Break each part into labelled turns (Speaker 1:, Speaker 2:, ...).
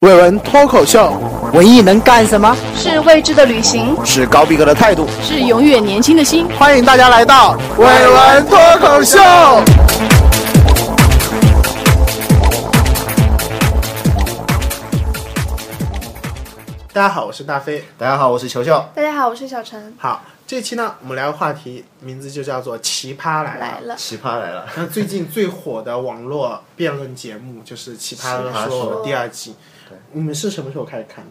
Speaker 1: 伟文脱口秀，
Speaker 2: 文艺能干什么？
Speaker 3: 是未知的旅行，
Speaker 4: 是高逼格的态度，
Speaker 5: 是永远年轻的心。
Speaker 1: 欢迎大家来到
Speaker 4: 伟文脱口秀。
Speaker 1: 大家好，我是大飞。
Speaker 4: 大家好，我是球球。
Speaker 3: 大家好，我是小陈。
Speaker 1: 好，这期呢，我们聊个话题，名字就叫做“奇葩来了”。
Speaker 3: 来了，
Speaker 4: 奇葩来了，
Speaker 1: 那最近最火的网络辩论节目就是《奇葩
Speaker 4: 奇葩
Speaker 1: 说
Speaker 4: 说》
Speaker 1: 第二季。你们是什么时候开始看的？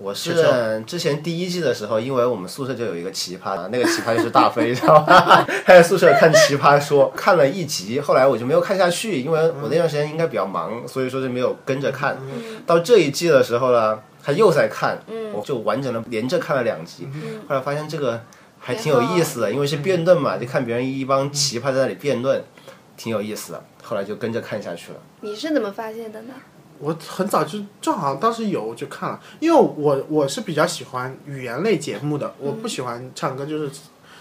Speaker 4: 我
Speaker 1: 球球
Speaker 4: 是之前第一季的时候，因为我们宿舍就有一个奇葩，那个奇葩就是大飞，知道吧？ 他在宿舍看《奇葩说》，看了一集，后来我就没有看下去，因为我那段时间应该比较忙，所以说就没有跟着看。
Speaker 3: 嗯
Speaker 4: 到这一季的时候呢，他又在看，我就完整的连着看了两集，
Speaker 3: 嗯
Speaker 4: 后来发现这个还挺有意思的，因为是辩论嘛，就看别人一帮奇葩在那里辩论，挺有意思的。后来就跟着看下去了。
Speaker 3: 你是怎么发现的呢？
Speaker 1: 我很早就正好当时有我就看了，因为我我是比较喜欢语言类节目
Speaker 3: 嗯
Speaker 1: 的，我不喜欢唱歌，就是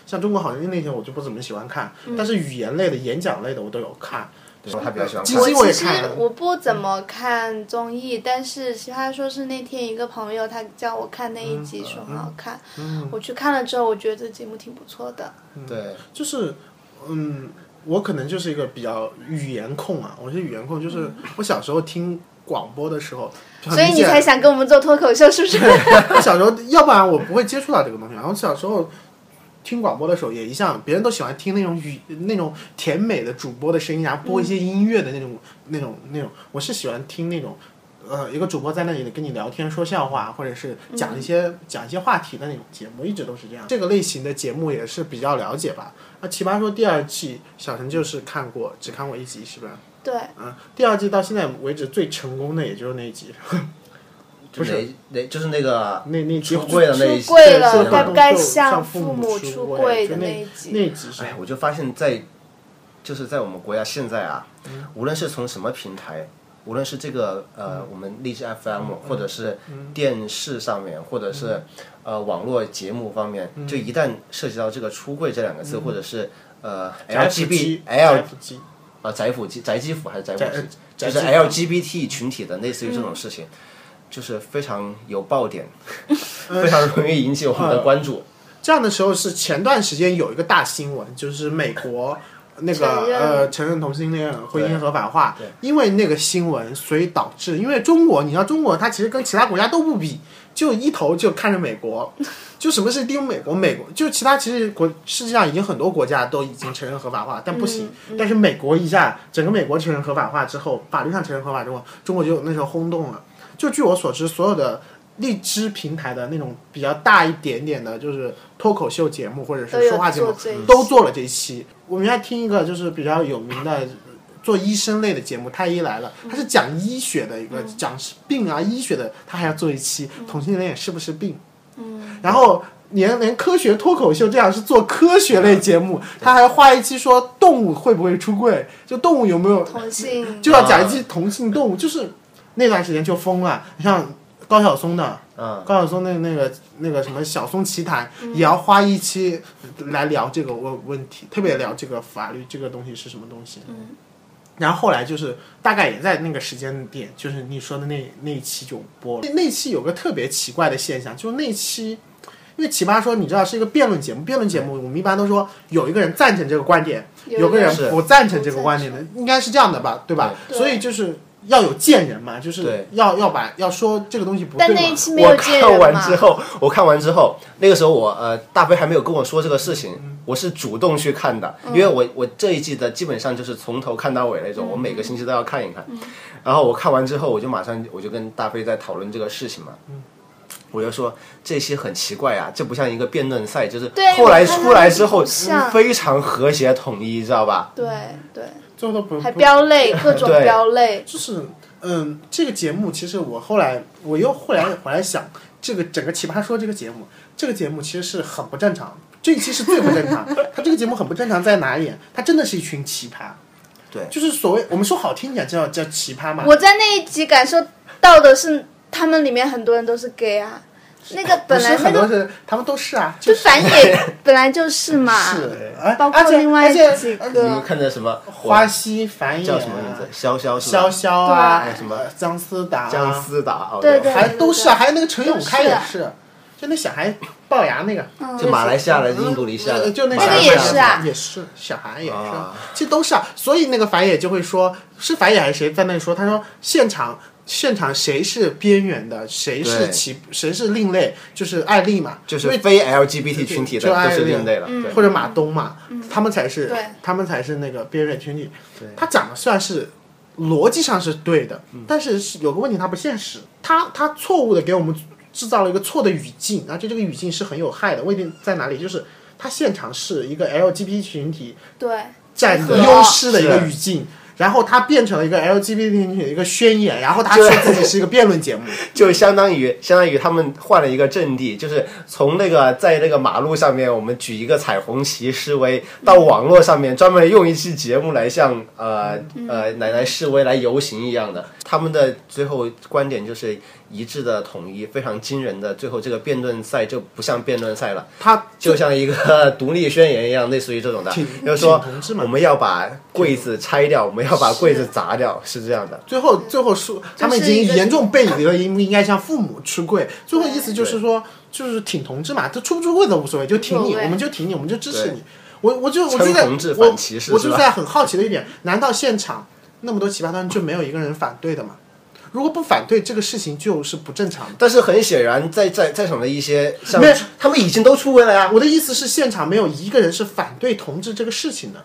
Speaker 1: 像中国好声音那些我就不怎么喜欢看，
Speaker 3: 嗯
Speaker 1: 但是语言类的、演讲类的我都有看。
Speaker 4: 对，他比较喜欢
Speaker 1: 其
Speaker 4: 看。
Speaker 1: 实嗯我也
Speaker 3: 其实
Speaker 1: 看了
Speaker 3: 我不怎么看综艺，但是奇葩说是那天一个朋友他叫我看那一集，说很
Speaker 1: 嗯
Speaker 3: 好看。我去看了之后，我觉得这节目挺不错的。
Speaker 4: 对，
Speaker 1: 就是，嗯，我可能就是一个比较语言控啊，我是语言控，就是我小时候听广播的时候，就很
Speaker 3: 嗯所以
Speaker 1: 明
Speaker 3: 你
Speaker 1: 显
Speaker 3: 才想跟我们做脱口秀，是不是？
Speaker 1: 我小时候，要不然我不会接触到这个东西。然后小时候听广播的时候，也一向别人都喜欢听那种语那种甜美的主播的声音，然后播一些音乐的那种、那种那种。我是喜欢听那种。呃，一个主播在那里跟你聊天说笑话，或者是讲一些、讲一些话题的那种节目，一直都是这样。这个类型的节目也是比较了解吧。那《奇葩说》第二季，小陈就是看过，只看过一集，是不是？
Speaker 3: 对，
Speaker 1: 嗯，第二季到现在为止最成功的也就是那一集，
Speaker 4: 就
Speaker 1: 不是
Speaker 4: 哪哪就是那个
Speaker 1: 那那集
Speaker 4: 出柜的那一
Speaker 3: 出
Speaker 4: 集
Speaker 3: 柜
Speaker 1: 对
Speaker 3: 了，
Speaker 1: 是
Speaker 3: 该不该
Speaker 1: 就
Speaker 3: 向
Speaker 1: 向
Speaker 3: 父
Speaker 1: 母
Speaker 3: 出
Speaker 1: 柜
Speaker 3: 柜的
Speaker 1: 就
Speaker 3: 那
Speaker 1: 那
Speaker 3: 一集？
Speaker 1: 那集是
Speaker 4: 哎，我就发现在，就是在我们国家现在啊，无论是从什么平台，无论是这个呃我们荔枝 FM，或者是电视上面，或者是呃网络节目方面，就一旦涉及到这个出柜这两个字，或者是呃 LGBT L
Speaker 1: G
Speaker 4: 啊宅腐鸡宅基腐还是宅腐
Speaker 1: 宅
Speaker 4: 鸡，呃就是哎
Speaker 1: 宅基腐
Speaker 4: LGBT 群体的类似于这种事情，就是非常有爆点，非常容易引起我们的关注。
Speaker 1: 这样的时候是前段时间有一个大新闻，就是美国那个
Speaker 3: 承认
Speaker 1: 呃承认同性恋婚姻合法化，因为那个新闻，所以导致因为中国，你知道中国它其实跟其他国家都不比，就一头就看着美 国，就什么事盯美国，美国就其他其实国世界上已经很多国家都已经承认合法化，但不行，
Speaker 3: 嗯
Speaker 1: 但是美国一下整个美国承认合法化之后，法律上承认合法之后，中国就那时候轰动了。就据我所知，所有的荔枝平台的那种比较大一点点的，就是脱口秀节目或者
Speaker 3: 都
Speaker 1: 是
Speaker 3: 有
Speaker 1: 说话节目
Speaker 3: 做，这一
Speaker 1: 都做了这一期。我们还听一个就是比较有名的呃做医生类的节目《太医来了》，
Speaker 3: 嗯
Speaker 1: 他是讲医学的一个讲病啊医学的，他还要做一期
Speaker 3: 嗯
Speaker 1: 同性恋是不是病？嗯，然后。连连科学脱口秀这样是做科学类节
Speaker 3: 嗯
Speaker 1: 目，他还花一期说动物会不会出柜，就动物有没有
Speaker 3: 同 性
Speaker 1: 就要讲一期同性动物，就是那段时间就疯了。你像高晓松的，
Speaker 4: 嗯，
Speaker 1: 高晓松那那个那个什么《晓松奇谈》，也要花一期来聊这个问问题，特别聊这个法律这个东西是什么东西。嗯。然后后来就是大概也在那个时间点，就是你说的那那一期就播了。那那期有个特别奇怪的现象，就是那期。因为奇葩说，你知道是一个辩论节目，辩论节目我们一般都说有一个人赞成这个观点，有个人
Speaker 4: 是
Speaker 1: 不赞成这个观点的，应该是这样的吧，对吧？
Speaker 3: 对
Speaker 1: 所以就是要有见人嘛，就是
Speaker 4: 对
Speaker 1: 要要把要说这个东西不对
Speaker 3: 但
Speaker 1: 嘛。
Speaker 3: 那一期没
Speaker 4: 我
Speaker 3: 有见
Speaker 4: 看
Speaker 3: 人
Speaker 4: 完
Speaker 3: 嘛
Speaker 4: 之？后，我看完之后，那个时候我呃，大飞还没有跟我说这个事情，
Speaker 1: 嗯
Speaker 4: 我是主动去看的，
Speaker 3: 嗯
Speaker 4: 因为我我这一季的基本上就是从头看到尾那种，我每
Speaker 3: 嗯
Speaker 4: 个星期都要看一看。然后我看完之后，我就马上我就跟大飞在讨论这个事情嘛。
Speaker 1: 嗯
Speaker 4: 我就说这些很奇怪啊，这不像一个辩论赛，就是
Speaker 3: 对
Speaker 4: 后来
Speaker 3: 我看到
Speaker 4: 出来之后
Speaker 3: 不像
Speaker 4: 非常和谐统一，知道吧？
Speaker 3: 对对，
Speaker 1: 最后都不
Speaker 3: 还
Speaker 1: 不
Speaker 3: 标类，各种
Speaker 4: 对
Speaker 3: 标类。
Speaker 1: 就是嗯，这个节目其实我后来我又后来回来想，这个整个《奇葩说》这个节目，这个节目其实是很不正常的，这一期是最不正常的。它这个节目很不正常在哪里？它真的是一群奇葩，
Speaker 4: 对
Speaker 1: 就是所谓我们说好听一点叫叫奇葩嘛。
Speaker 3: 我在那一集感受到的是，他们里面很多人都是 gay 啊，那个本来
Speaker 1: 不是
Speaker 3: 那
Speaker 1: 很
Speaker 3: 个
Speaker 1: 多是他们都是啊，
Speaker 3: 就是反野本来就是嘛，
Speaker 1: 是，哎
Speaker 3: 包
Speaker 1: 而
Speaker 3: 括
Speaker 1: 且
Speaker 3: 另外
Speaker 1: 而且
Speaker 3: 几
Speaker 1: 呃
Speaker 4: 你们
Speaker 3: 个，
Speaker 4: 看的什么
Speaker 1: 花溪繁衍
Speaker 4: 叫什么名字？潇潇是吧哎
Speaker 1: 潇潇啊，
Speaker 3: 对
Speaker 1: 还有什么姜思达啊，
Speaker 4: 姜思达哦，
Speaker 3: 对对
Speaker 1: 还都是啊，还有那个陈永开也
Speaker 3: 都
Speaker 1: 是，就那小孩龅牙那个，呃
Speaker 3: 嗯，
Speaker 4: 就马来西亚的、印度尼西亚的，
Speaker 1: 就那
Speaker 3: 个
Speaker 1: 小孩
Speaker 3: 也是啊
Speaker 1: 也是小孩也是
Speaker 4: 啊，
Speaker 1: 其实都是啊。所以那个反野就会说，是反野还是谁在那里说？他说现场。现场谁是边缘的，谁是
Speaker 4: 对
Speaker 1: 其谁是另类，就是艾丽嘛，
Speaker 4: 就
Speaker 1: 因
Speaker 4: 是
Speaker 1: 为
Speaker 4: 非 LGBT 群体的
Speaker 1: 就爱
Speaker 4: 都是另类了，
Speaker 3: 嗯
Speaker 4: 对
Speaker 1: 或者马东嘛，他们才是
Speaker 3: 对
Speaker 1: 他们才是那个边缘群体
Speaker 4: 对。
Speaker 1: 他讲的算是逻辑上是对的，但是是有个问题，他不现实，他他错误的给我们制造了一个错的语境，而且这个语境是很有害的。问题在哪里？就是他现场是一个 LGBT 群体
Speaker 3: 对，
Speaker 1: 占
Speaker 3: 集合
Speaker 1: 优势的一个语境。然后他变成了一个 LGBT 群体的一个宣言，然后他说自己是一个辩论节目，
Speaker 4: 就相当于相当于他们换了一个阵地，就是从那个在那个马路上面我们举一个彩虹旗示威，到网络上面专门用一期节目来像呃呃来来示威来游行一样的。他们的最后观点就是一致的统一，非常惊人的。最后这个辩论赛就不像辩论赛了，
Speaker 1: 他
Speaker 4: 就像一个 独立宣言一样，类似于这种的
Speaker 1: 挺，
Speaker 4: 就是说
Speaker 1: 挺同志嘛
Speaker 4: 我们要把柜子拆掉，我们要把柜子砸掉，是这样的。
Speaker 1: 最后最后说，他们已经严重背离了应应该向父母出柜。最后意思就是说，就是挺同志嘛，他出不出柜都无所谓，就挺
Speaker 3: 无
Speaker 1: 你，
Speaker 3: 所谓
Speaker 1: 我们就挺你，我们就支持
Speaker 4: 对
Speaker 1: 你。我我就我就
Speaker 4: 称
Speaker 1: 在
Speaker 4: 同志
Speaker 1: 我
Speaker 4: 反歧视
Speaker 1: 我
Speaker 4: 是
Speaker 1: 就
Speaker 4: 吧
Speaker 1: 在很好奇的一点，难道现场那么多奇葩团就没有一个人反对的吗？如果不反对，这个事情就是不正常的。
Speaker 4: 但是很显然，在在在场的一些像
Speaker 1: 没有
Speaker 4: 他们已经都出轨了呀，
Speaker 1: 我的意思是，现场没有一个人是反对同志这个事情的，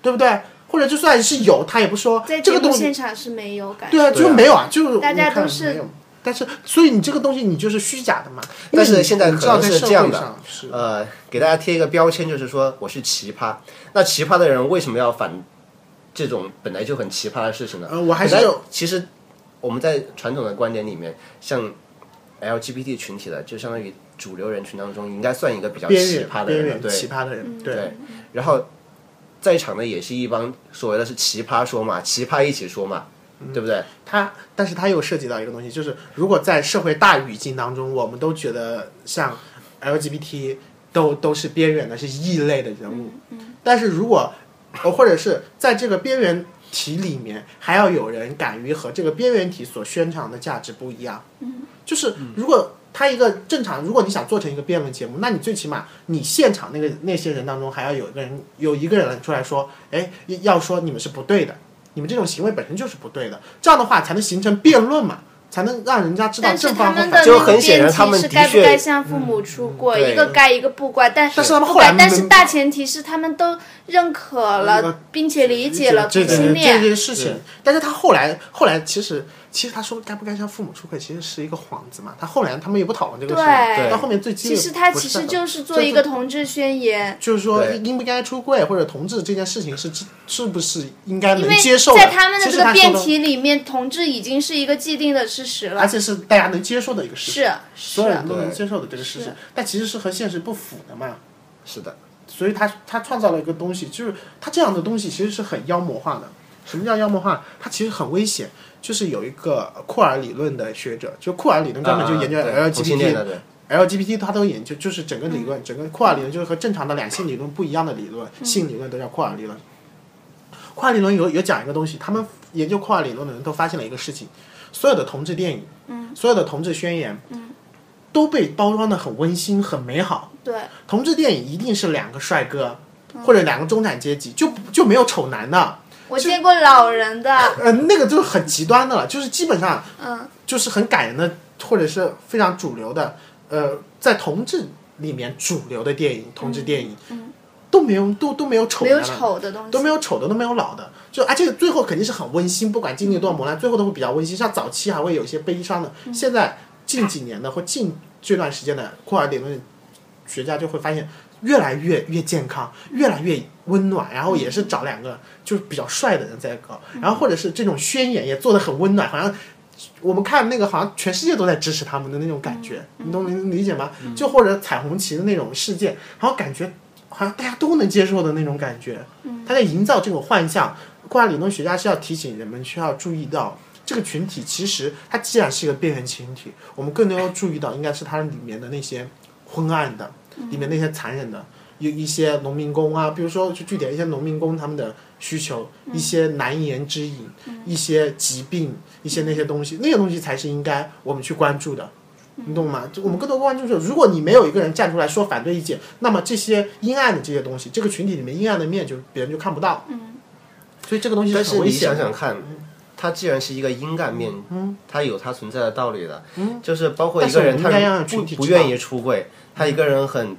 Speaker 1: 对不对？或者就算是有，他也不说
Speaker 3: 在
Speaker 1: 这
Speaker 3: 节
Speaker 1: 个
Speaker 3: 目
Speaker 1: 东西
Speaker 3: 现场是没有感觉
Speaker 1: 对啊，
Speaker 4: 对
Speaker 1: 就
Speaker 4: 啊
Speaker 1: 没有啊，就是
Speaker 3: 大家
Speaker 1: 我看
Speaker 3: 都是
Speaker 1: 没有。但是，所以你这个东西你就是虚假的嘛？因为
Speaker 4: 但是
Speaker 1: 你
Speaker 4: 现在
Speaker 1: 你知
Speaker 4: 嗯可
Speaker 1: 道
Speaker 4: 能
Speaker 1: 在
Speaker 4: 是
Speaker 1: 社
Speaker 4: 这样
Speaker 1: 会
Speaker 4: 的
Speaker 1: 上是
Speaker 4: 呃，给大家贴一个标签，就是说我是奇葩。那奇葩的人为什么要反这种本来就很奇葩的事情呢？
Speaker 1: 呃我还是
Speaker 4: 本来
Speaker 1: 有
Speaker 4: 其实我们在传统的观点里面，像 LGBT 群体的，就相当于主流人群当中，应该算一个比较
Speaker 1: 边
Speaker 4: 奇
Speaker 1: 缘
Speaker 4: 葩的
Speaker 1: 边
Speaker 4: 人了，
Speaker 1: 缘
Speaker 4: 对，
Speaker 1: 奇葩的
Speaker 3: 嗯
Speaker 1: 人，对
Speaker 4: 对，然后在场的也是一帮所谓的是奇葩说嘛，奇葩一起说嘛，
Speaker 1: 嗯
Speaker 4: 对不对？
Speaker 1: 他，但是他又涉及到一个东西，就是如果在社会大语境当中，我们都觉得像 LGBT 都都是边缘的，是异类的人物，
Speaker 3: 嗯
Speaker 1: 但是如果呃或者是在这个边缘体里面，还要有人敢于和这个边缘体所宣传的价值不一样。嗯，就是如果他一个正常，如果你想做成一个辩论节目，那你最起码你现场那个那些人当中，还要有一个人有一个人出来说，哎，要说你们是不对的，你们这种行为本身就是不对的，这样的话才能形成辩论嘛，才能让人家知道
Speaker 3: 但是
Speaker 1: 正
Speaker 3: 他
Speaker 1: 方和
Speaker 3: 们
Speaker 1: 反
Speaker 3: 的
Speaker 1: 方。
Speaker 4: 就
Speaker 3: 那个
Speaker 4: 很
Speaker 3: 辩
Speaker 4: 显然他们
Speaker 3: 题
Speaker 4: 的
Speaker 3: 是
Speaker 4: 确
Speaker 3: 该不该向父母出柜，
Speaker 4: 对
Speaker 3: 一个该一个不该，但
Speaker 1: 但是他们
Speaker 3: 不
Speaker 1: 后来
Speaker 3: 该，但是
Speaker 1: 没
Speaker 3: 大前提是他们都认可
Speaker 1: 嗯
Speaker 3: 了，并且理解了
Speaker 1: 这
Speaker 3: 同
Speaker 1: 这
Speaker 3: 性
Speaker 1: 这
Speaker 3: 恋。
Speaker 1: 件事情。但是他后来后来其实其实他说该不该向父母出轨，其实是一个幌子嘛。他后来他们也不讨论这个事情，
Speaker 3: 对
Speaker 1: 到后面最激
Speaker 3: 其
Speaker 1: 烈
Speaker 3: 实他
Speaker 1: 不是
Speaker 3: 其
Speaker 1: 在
Speaker 3: 实
Speaker 1: 讨
Speaker 3: 就是做一个同志宣言，
Speaker 1: 就是说
Speaker 4: 对
Speaker 1: 应不该出柜或者同志这件事情是是不是应该
Speaker 3: 因
Speaker 1: 能
Speaker 3: 为
Speaker 1: 接受的？
Speaker 3: 在他们的
Speaker 1: 其实
Speaker 3: 这个
Speaker 1: 他说
Speaker 3: 辩
Speaker 1: 的，
Speaker 3: 题里面，同志已经是一个既定的事实
Speaker 1: 而
Speaker 3: 了。
Speaker 1: 且是大家能接受的一个事情，
Speaker 3: 是啊
Speaker 1: 所有
Speaker 3: 是
Speaker 1: 人，都能接受的这个事实
Speaker 3: 是，
Speaker 1: 但其实是和现实不符的嘛。
Speaker 4: 是的。
Speaker 1: 所以他他创造了一个东西，就是他这样的东西其实是很妖魔化的。什么叫妖魔化？它其实很危险。就是有一个库尔理论的学者，就库尔理论专门就研究
Speaker 4: 啊对同性恋
Speaker 1: LGBT
Speaker 4: 的，对
Speaker 1: LGBT 它都研究，就是整个理论，整个库尔理论就是和正常的两性理论不一样的理论， 性理论都叫库尔理论。库尔理论有有讲一个东西，他们研究库尔理论的人都发现了一个事情：所有的同志电影，所有的同志宣言，都被包装的很温馨、很美好。
Speaker 3: 对，
Speaker 1: 同志电影一定是两个帅哥、或者两个中产阶级，就就没有丑男的，
Speaker 3: 我见过老人的，
Speaker 1: 呃，那个就是很极端的了，就是基本上
Speaker 3: 嗯，
Speaker 1: 就是很感人的，或者是非常主流的，呃，在同志里面主流的电影，同志电影，都没有都都没有丑
Speaker 3: 嗯没
Speaker 1: 男
Speaker 3: 有
Speaker 1: 的，
Speaker 3: 丑的东西，
Speaker 1: 都没有丑的，都没有老的，就而且最后肯定是很温馨，不管经历多少磨难，最后都会比较温馨。像早期还会有一些悲伤的，
Speaker 3: 嗯
Speaker 1: 现在近几年的或近这段时间的库尔理论学家就会发现。越来越越健康，越来越温暖，然后也是找两个就是比较帅的人在搞，
Speaker 3: 嗯
Speaker 1: 然后或者是这种宣言也做的很温暖，好像我们看那个好像全世界都在支持他们的那种感觉，
Speaker 3: 嗯
Speaker 1: 你都能理解吗？就或者彩虹旗的那种事件，然后感觉好像大家都能接受的那种感觉。他在营造这种幻象。库尔理论学家是要提醒人们需要注意到这个群体其实它既然是一个边缘群体，我们更多注意到应该是它里面的那些昏暗的，里面那些残忍的，有一些农民工啊，比如说就据点一些农民工他们的需求，一些难言之隐，一些疾病，一些那些东西，那些东西才是应该我们去关注的。你懂吗？就我们更多关注就是，如果你没有一个人站出来说反对意见，那么这些阴暗的这些东西，这个群体里面阴暗的面就别人就看不到。
Speaker 3: 嗯，
Speaker 1: 所以这个东西
Speaker 4: 但
Speaker 1: 很
Speaker 4: 是
Speaker 1: 危
Speaker 4: 你
Speaker 1: 险
Speaker 4: 想
Speaker 1: 的。嗯
Speaker 4: 想看，它既然是一个阴暗面，它有它存在的道理的。就是包括一个人，他
Speaker 1: 嗯但是我们应该让
Speaker 4: 不
Speaker 1: 群体
Speaker 4: 不
Speaker 1: 知道嗯
Speaker 4: 愿意出柜，他一个人很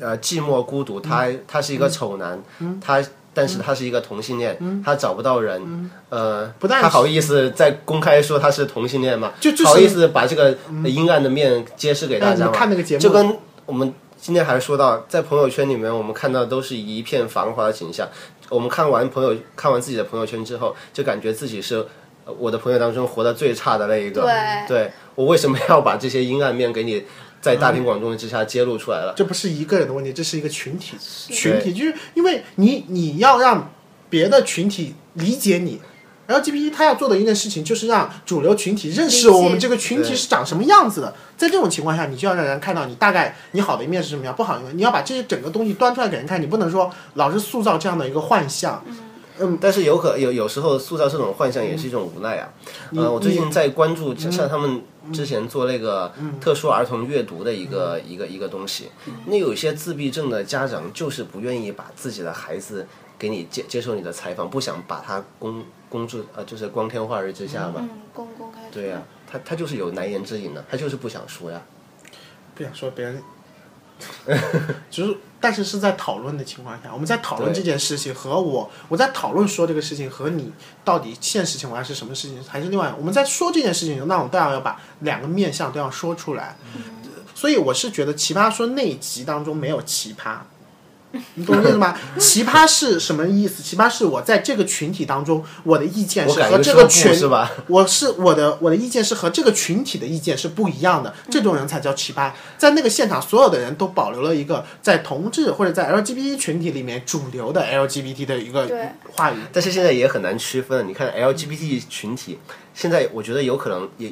Speaker 4: 呃寂寞孤独，他他是一
Speaker 1: 嗯
Speaker 4: 个丑男，他。但是他是一个同性恋，他找不到人，呃，
Speaker 1: 嗯不但
Speaker 4: 他好意思在公开说他是同性恋吗？
Speaker 1: 就就是嗯
Speaker 4: 好意思把这个呃阴暗的面揭示给大
Speaker 1: 哎，你
Speaker 4: 家吗？
Speaker 1: 看那个节目，
Speaker 4: 就跟我们今天还说到，在朋友圈里面，我们看到都是一片繁华的景象。我们看完朋友看完自己的朋友圈之后，就感觉自己是呃我的朋友当中活得最差的那一个。
Speaker 3: 对
Speaker 4: 对我为什么要把这些阴暗面给你在大庭广众之下揭露出来了？
Speaker 1: 这不是一个人的问题，这是一个群体，群体就是因为你你要让别的群体理解你。LGBT 他要做的一件事情就是让主流群体认识
Speaker 3: 理解
Speaker 1: 我们这个群体是长什么样子的。在这种情况下，你就要让人看到你大概你好的一面是什么样，不好的一面，你要把这些整个东西端出来给人看。你不能说老是塑造这样的一个幻象。
Speaker 4: 嗯但是有可有有时候塑造这种幻象也是一种无奈啊。呃，我最近在关注像他们之前做那个特殊儿童阅读的一个、一个一个东西，那有些自闭症的家长就是不愿意把自己的孩子给你接接受你的采访，不想把他公公诸呃就是光天化日之下嘛。
Speaker 3: 嗯，公公开
Speaker 4: 对啊呀、他他就是有难言之隐的、他就是不想说呀。
Speaker 1: 不想说别人，就是但是是在讨论的情况下，我们在讨论这件事情和我我在讨论说这个事情和你到底现实情况下是什么事情，还是另外我们在说这件事情，那我们当然要把两个面向都要说出来。呃所以我是觉得《奇葩说》那一集当中没有奇葩。你懂我意思吗？奇葩是什么意思？奇葩是我在这个群体当中，我的意见
Speaker 4: 我
Speaker 1: 是
Speaker 4: 敢
Speaker 1: 和
Speaker 4: 于
Speaker 1: 这
Speaker 4: 说
Speaker 1: 个
Speaker 4: 不
Speaker 1: 群
Speaker 4: 是吧？
Speaker 1: 我是我的我的意见是和这个群体的意见是不一样的，这种人才叫奇葩。在那个现场，所有的人都保留了一个在同志或者在 LGBT 群体里面主流的 LGBT 的一个
Speaker 3: 对
Speaker 1: 话语。
Speaker 4: 但是现在也很难区分了。你看 LGBT 群体，现在我觉得有可能也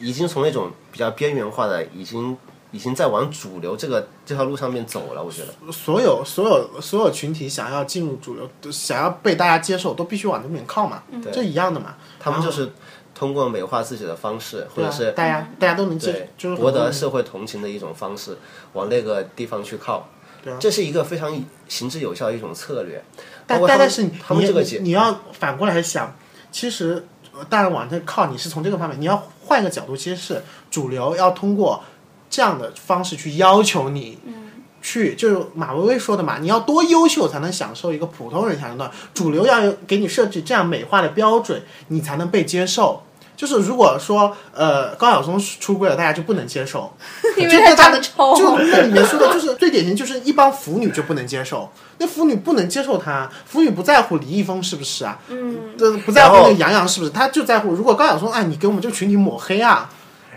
Speaker 4: 已经从那种比较边缘化的，已经已经在往主流这个这条路上面走了。我觉得，
Speaker 1: 所有所有所有群体想要进入主流，都想要被大家接受，都必须往那边靠嘛，这一样的嘛。
Speaker 4: 他们就是通过美化自己的方式，或
Speaker 1: 哦对
Speaker 4: 者
Speaker 1: 啊
Speaker 4: 是
Speaker 1: 大家大家都能接
Speaker 4: 对，
Speaker 1: 就是
Speaker 4: 博
Speaker 1: 很
Speaker 4: 得
Speaker 1: 多
Speaker 4: 社会同情的一种方式，往那个地方去靠。
Speaker 1: 对啊
Speaker 4: 这是一个非常行之有效的一种策略。包
Speaker 1: 但
Speaker 4: 括他
Speaker 1: 但
Speaker 4: 们
Speaker 1: 但是你
Speaker 4: 他们这个嗯
Speaker 1: 你
Speaker 4: 节
Speaker 1: 你要反过来想，其实呃当然往这靠你是从这个方面，你要换一个角度，其实是主流要通过这样的方式去要求你。去就是马薇薇说的嘛，你要多优秀才能享受一个普通人享受到，主流要有给你设置这样美化的标准，你才能被接受。就是如果说呃高晓松出柜了，大家就不能接受，
Speaker 3: 因
Speaker 1: 就
Speaker 3: 为
Speaker 1: 在
Speaker 3: 他
Speaker 1: 他
Speaker 3: 长
Speaker 1: 的
Speaker 3: 得丑，
Speaker 1: 就那里面说的就是最典型，就是一帮腐女就不能接受，那腐女不能接受他，腐女不在乎李易峰是不是啊，
Speaker 3: 嗯，
Speaker 1: 这不在乎
Speaker 4: 然
Speaker 1: 那
Speaker 4: 后
Speaker 1: 个杨洋是不是，他就在乎如果高晓松，哎，你给我们这个群体抹黑啊，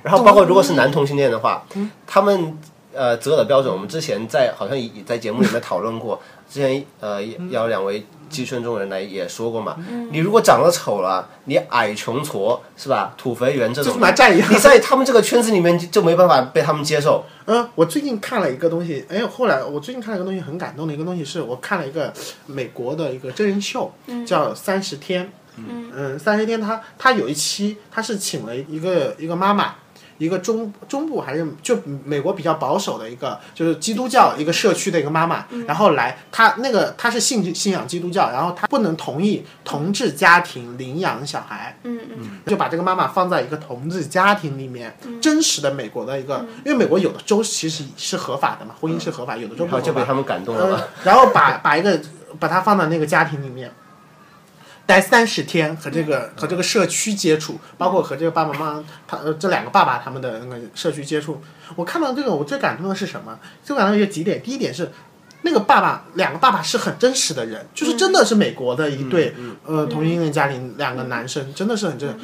Speaker 4: 然后包括如果是男同性恋的话，
Speaker 3: 嗯
Speaker 4: 他们呃择偶的标准，我们之前在好像也也在节 目里面讨论过，之前呃
Speaker 3: 嗯
Speaker 4: 也邀两位鸡圈中人来也说过嘛，你如果长得丑了，你矮穷矬是吧，土肥圆这
Speaker 1: 这
Speaker 4: 种
Speaker 1: 是。拿战一样
Speaker 4: 你。在他们这个圈子里面就就没办法被他们接 受，
Speaker 1: 嗯，我最近看了一个东西，哎，后来我最近看了一个东西很感动的一个东西，是我看了一个美国的一个真人秀，
Speaker 3: 嗯
Speaker 1: 叫《三十天》。嗯，三十天他他有一期，他是请了一个一个妈妈，一个中中部还是就美国比较保守的一个，就是基督教一个社区的一个妈妈，
Speaker 3: 嗯
Speaker 1: 然后来她那个她是信信仰基督教，然后她不能同意同志家庭领养小孩，
Speaker 3: 嗯嗯
Speaker 1: 就把这个妈妈放在一个同志家庭里面，真实的美国的一
Speaker 3: 嗯
Speaker 1: 个，因为美国有的州其实是合法的嘛，婚姻是合法，有的州
Speaker 4: 然
Speaker 1: 不
Speaker 4: 后
Speaker 1: 合
Speaker 4: 就被
Speaker 1: 法。
Speaker 4: 他们感动了
Speaker 1: 嗯
Speaker 4: 嘛。，
Speaker 1: 然后把把一个把它放到那个家庭里面，待三十天，和这个和这个社区接触，包括和这个爸爸妈妈他呃这两个爸爸他们的那个社区接触。我看到这个，我最感动的是什么？最感动的有几点，第一点是。那个爸爸，两个爸爸是很真实的人，就是真的是美国的一
Speaker 4: 嗯
Speaker 1: 对，呃，同性恋家庭两个男生，真的是很真，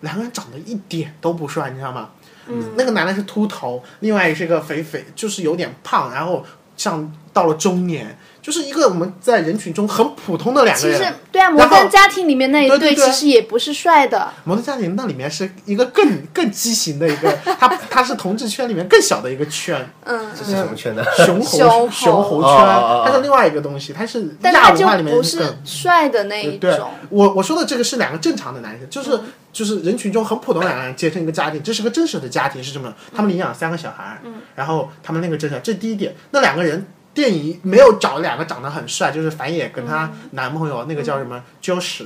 Speaker 1: 两个人长得一点都不帅，你知道吗？
Speaker 3: 嗯
Speaker 1: 那个男的是秃头，另外是个肥肥，就是有点胖，然后像到了中年，就是一个我们在人群中很普通的两个
Speaker 3: 其
Speaker 1: 人。
Speaker 3: 实对啊，《摩
Speaker 1: 然后
Speaker 3: 登家庭》里面那一
Speaker 1: 对对
Speaker 3: 对
Speaker 1: 对
Speaker 3: 其实也不是帅的，
Speaker 1: 《摩登家庭》那里面是一个更更畸形的一 个，它它是同志圈里面更小的一个圈，
Speaker 3: 嗯，
Speaker 4: 这是什么圈呢？
Speaker 1: 熊
Speaker 3: 熊
Speaker 1: 猴
Speaker 3: 猴
Speaker 1: 熊猴
Speaker 4: 哦哦哦
Speaker 1: 圈
Speaker 4: 哦，
Speaker 1: 它是另外一个东西，它是
Speaker 3: 但
Speaker 1: 亚
Speaker 3: 他
Speaker 1: 文
Speaker 3: 就
Speaker 1: 化里面
Speaker 3: 不
Speaker 1: 更
Speaker 3: 是帅的那一
Speaker 1: 对
Speaker 3: 种。，
Speaker 1: 我我说的这个是两个正常的男生，就是、就是人群中很普通的两个人结成一个家庭，这是个真实的家庭，是这么，他们领养三个小孩，嗯，然后他们那个真实，这第一点，那两个人。电影没有找两个长得很帅，就是樊野跟她男朋友、那个叫什么 Josh，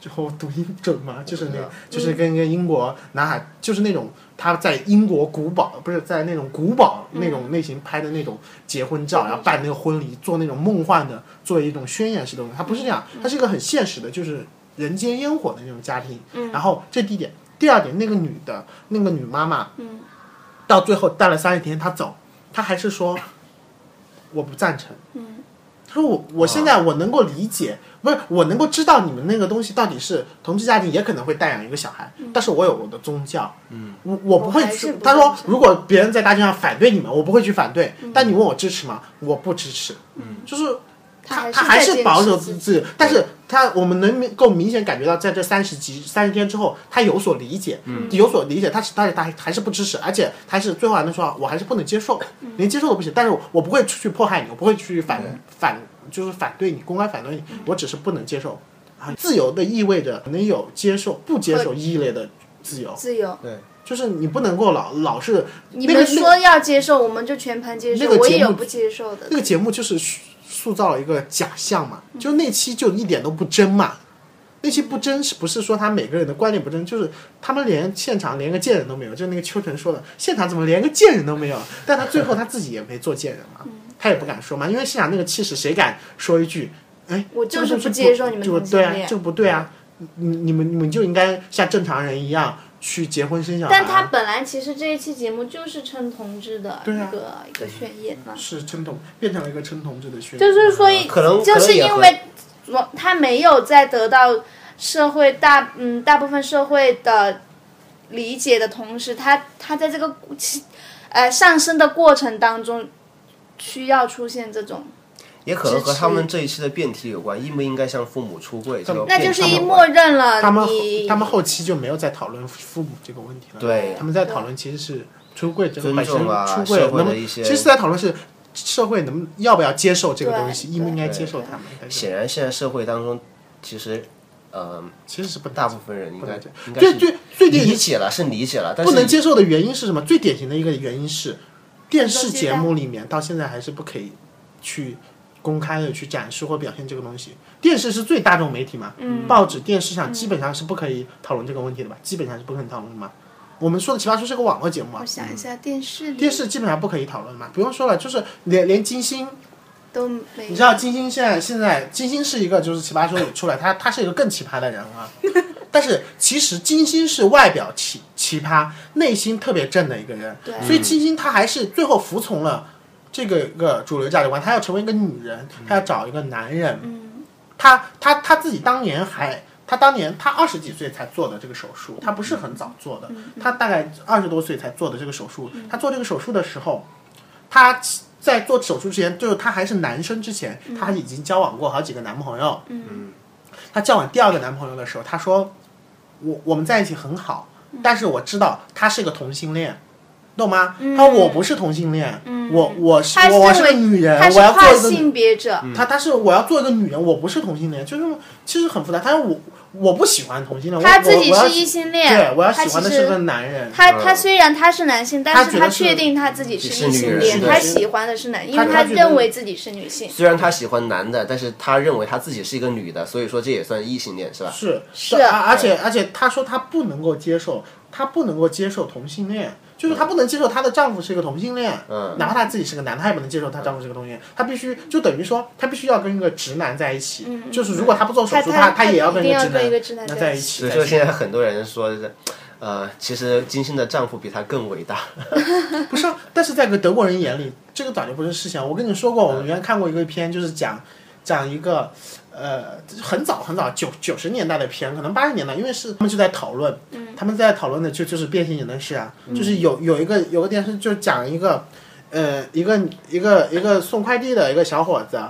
Speaker 1: 最后读音准吗？就是那
Speaker 4: 我
Speaker 1: 个，就是跟跟英国男孩，就是那种他在英国古堡，不是在那种古堡那种类型拍的那种结婚照，然后办那个婚礼，做那种梦幻的，做一种宣言式的东西。它不是这样，它是一个很现实的，就是人间烟火的那种家庭。然后这第一点，第二点，那个女的，那个女妈妈，到最后待了三十天，她走，她还是 说我不赞成。
Speaker 3: 嗯
Speaker 1: 他说我我现
Speaker 3: 哦
Speaker 1: 在我能够理解，不是我能够知道你们那个东西到底是同志家庭也可能会带养一个小孩，但是我有我的宗教，嗯，我我不会
Speaker 3: 嗯我还
Speaker 1: 去
Speaker 3: 是。不
Speaker 1: 他说
Speaker 3: 赞成嗯
Speaker 1: 如果别人在大街上反对你们，我不会去反对，但你问我支持吗？我不支持，嗯，就是他他
Speaker 3: 他
Speaker 1: 啊还
Speaker 3: 还是在
Speaker 1: 是保守
Speaker 3: 坚持
Speaker 1: 自
Speaker 3: 自己
Speaker 1: 己，但是他我们能明够明显感觉到，在这三十集三十天之后，他有所理解，
Speaker 3: 嗯
Speaker 1: 有所理解，他是但是他还还是不支持，而且他还是最后还能说，我还是不能接受，
Speaker 3: 嗯
Speaker 1: 连接受都不行，但是我不会出去迫害你，我不会去反反就是反对你，公开反对你，
Speaker 3: 嗯
Speaker 1: 我只是不能接受。啊，自由的意味着能有接受、不接受一类的自由，
Speaker 3: 自由。
Speaker 1: 就是你不能够老老是
Speaker 3: 你
Speaker 1: 那个
Speaker 3: 们说要接受，我们就全盘接受。
Speaker 1: 那个
Speaker 3: 我
Speaker 1: 节
Speaker 3: 也有
Speaker 1: 目
Speaker 3: 不接受的
Speaker 1: 那，个节目就是塑塑造了一个假象嘛，就那期就一点都不真嘛。那期不真是不是说他每个人的观点不真，就是他们连现场连个贱人都没有，就那个秋晨说的，现场怎么连个贱人都没有？但他最后他自己也没做贱人
Speaker 3: 嗯
Speaker 1: 嘛，他也不敢说嘛，因为现场那个气势，谁敢说一句，哎，
Speaker 3: 我
Speaker 1: 这
Speaker 3: 就
Speaker 1: 个
Speaker 3: 是
Speaker 1: 东西
Speaker 3: 不接受你们
Speaker 1: 就
Speaker 3: 同性
Speaker 1: 对啊，
Speaker 3: 恋
Speaker 1: 这个不对啊，你你们你们就应该像正常人一样去结婚生小孩啊。
Speaker 3: 但他本来其实这一期节目就是称同志的一
Speaker 1: 对啊
Speaker 3: 个、一个宣言嘛，
Speaker 1: 是称同变成了一个称同志的宣言，
Speaker 3: 就是所以、
Speaker 4: 可能
Speaker 3: 就
Speaker 4: 可能
Speaker 3: 是
Speaker 4: 也
Speaker 3: 因
Speaker 4: 会
Speaker 3: 为我他没有在得到社会大嗯大部分社会的理解的同时，他他在这个其呃上升的过程当中需要出现这种，
Speaker 4: 也可能和
Speaker 3: 支持
Speaker 4: 他们这一期的辩题有关，应不应该向父母出柜这个
Speaker 3: 那
Speaker 4: 辩
Speaker 3: 就
Speaker 4: 题
Speaker 3: 是一
Speaker 4: 有关
Speaker 3: 默认了
Speaker 1: 他们后
Speaker 3: 呃你
Speaker 1: 他们后期就没有再讨论父母这个问题了。
Speaker 4: 对
Speaker 1: 他们在讨论其实是出柜这个
Speaker 4: 尊
Speaker 1: 本身，
Speaker 4: 重啊
Speaker 1: 出柜
Speaker 4: 社会
Speaker 1: 能不
Speaker 4: 的一些
Speaker 1: 其实在讨论是社会能要不要接受这个
Speaker 3: 对
Speaker 1: 东西，应不应该接受他们。但是
Speaker 4: 显然现在社会当中，其实呃
Speaker 1: 其实是不
Speaker 4: 大部分人应该
Speaker 1: 不
Speaker 4: 应该
Speaker 1: 最
Speaker 4: 是
Speaker 1: 最最典
Speaker 4: 理
Speaker 1: 型
Speaker 4: 解了，是理解了，但
Speaker 1: 不能
Speaker 4: 是
Speaker 1: 接受的原因是什么？最典型的一个原因是电视
Speaker 3: 手机
Speaker 1: 节
Speaker 3: 带
Speaker 1: 目里面到现在还是不可以去公开的去展示或表现这个东西。电视是最大众媒体嘛，报纸、电视上基本上是不可以讨论这个问题的吧？基本上是不可以讨论的嘛。我们说的《奇葩说》是个网络节目啊
Speaker 3: 我，想一下电视里
Speaker 1: 嗯电视基本上不可以讨论嘛，不用说了，就是连连金星，
Speaker 3: 都没
Speaker 1: 你知道金星现在现在金星是一个就是奇葩说里出来，他他是一个更奇葩的人 啊，但是其实金星是外表奇奇葩，内心特别正的一个人，
Speaker 3: 对
Speaker 1: 所以金星她还是最后服从了这个一个主流价值观，她要成为一个女人，她要找一个男人，
Speaker 3: 嗯
Speaker 1: 她她她自己当年还。她当年，她二十几岁才做的这个手术，她不是很早做的，
Speaker 3: 嗯
Speaker 1: 她大概二十多岁才做的这个手术。她做这个手术的时候，她在做手术之前，就是她还是男生之前，她已经交往过好几个男朋友。
Speaker 3: 嗯
Speaker 1: 她交往第二个男朋友的时候，她说：“我我们在一起很好，但是我知道他是个同性恋，懂吗？”
Speaker 3: 嗯
Speaker 1: 她说：“我不是同性恋，
Speaker 3: 嗯
Speaker 1: 我我是
Speaker 3: 她
Speaker 1: 我我
Speaker 3: 是
Speaker 1: 是个
Speaker 3: 为
Speaker 1: 女人
Speaker 3: 他，是
Speaker 1: 我要做
Speaker 3: 跨
Speaker 1: 一个
Speaker 3: 性别者，
Speaker 1: 他他是我要做一个女人，我不是同性恋，就是其实很复杂。他说我我不喜欢同性恋，我
Speaker 3: 他自己
Speaker 1: 我我要
Speaker 3: 是异性恋，
Speaker 1: 对我要
Speaker 3: 他
Speaker 1: 喜
Speaker 3: 其
Speaker 1: 欢的
Speaker 3: 实
Speaker 1: 是个男人。
Speaker 3: 他
Speaker 4: 嗯
Speaker 3: 他虽然他是男性，
Speaker 1: 他
Speaker 3: 但
Speaker 1: 觉得
Speaker 3: 是他
Speaker 1: 是
Speaker 3: 确定他自己是异性
Speaker 4: 是
Speaker 3: 恋，
Speaker 4: 女人
Speaker 3: 他喜欢的是男，因
Speaker 1: 他
Speaker 3: 为
Speaker 1: 他觉得
Speaker 3: 认为自己是女性。
Speaker 4: 虽然他喜欢男的，但是他认为他自己是一个女的，所以说这也算异性恋是吧？
Speaker 1: 是
Speaker 3: 是
Speaker 1: 而而且而且他说他不能够接受，他不能够接受同性恋，就是他不能接受她的丈夫是一个同性恋，
Speaker 4: 嗯，
Speaker 1: 哪怕她自己是个男的，她也不能接受她丈夫是个同性恋，她必须就等于说她必须要跟一个直男在一起，
Speaker 3: 嗯
Speaker 1: 就是如果她不做手
Speaker 3: 他
Speaker 1: 术，她
Speaker 3: 他
Speaker 1: 也要
Speaker 3: 一
Speaker 1: 跟
Speaker 3: 定要
Speaker 1: 直
Speaker 3: 跟一个
Speaker 1: 男
Speaker 3: 直男
Speaker 1: 那
Speaker 3: 在
Speaker 1: 在
Speaker 3: 一
Speaker 1: 一
Speaker 3: 起。
Speaker 1: 起
Speaker 4: 所以
Speaker 1: 在
Speaker 4: 说
Speaker 1: 一起，
Speaker 4: 现在很多人说是，呃，其实金星的丈夫比她更伟大。
Speaker 1: 不是啊，但是在个德国人眼里，这个早就不是事情。我跟你说过，我们原来看过一个片，就是讲讲一个呃很早很早九九十年代的片，可能八十年代，因为是他们就在讨论，他们在讨论的就就是变性人的事啊，就是有有一个有个电视就讲一个。呃，一个一个一个送快递的一个小伙子，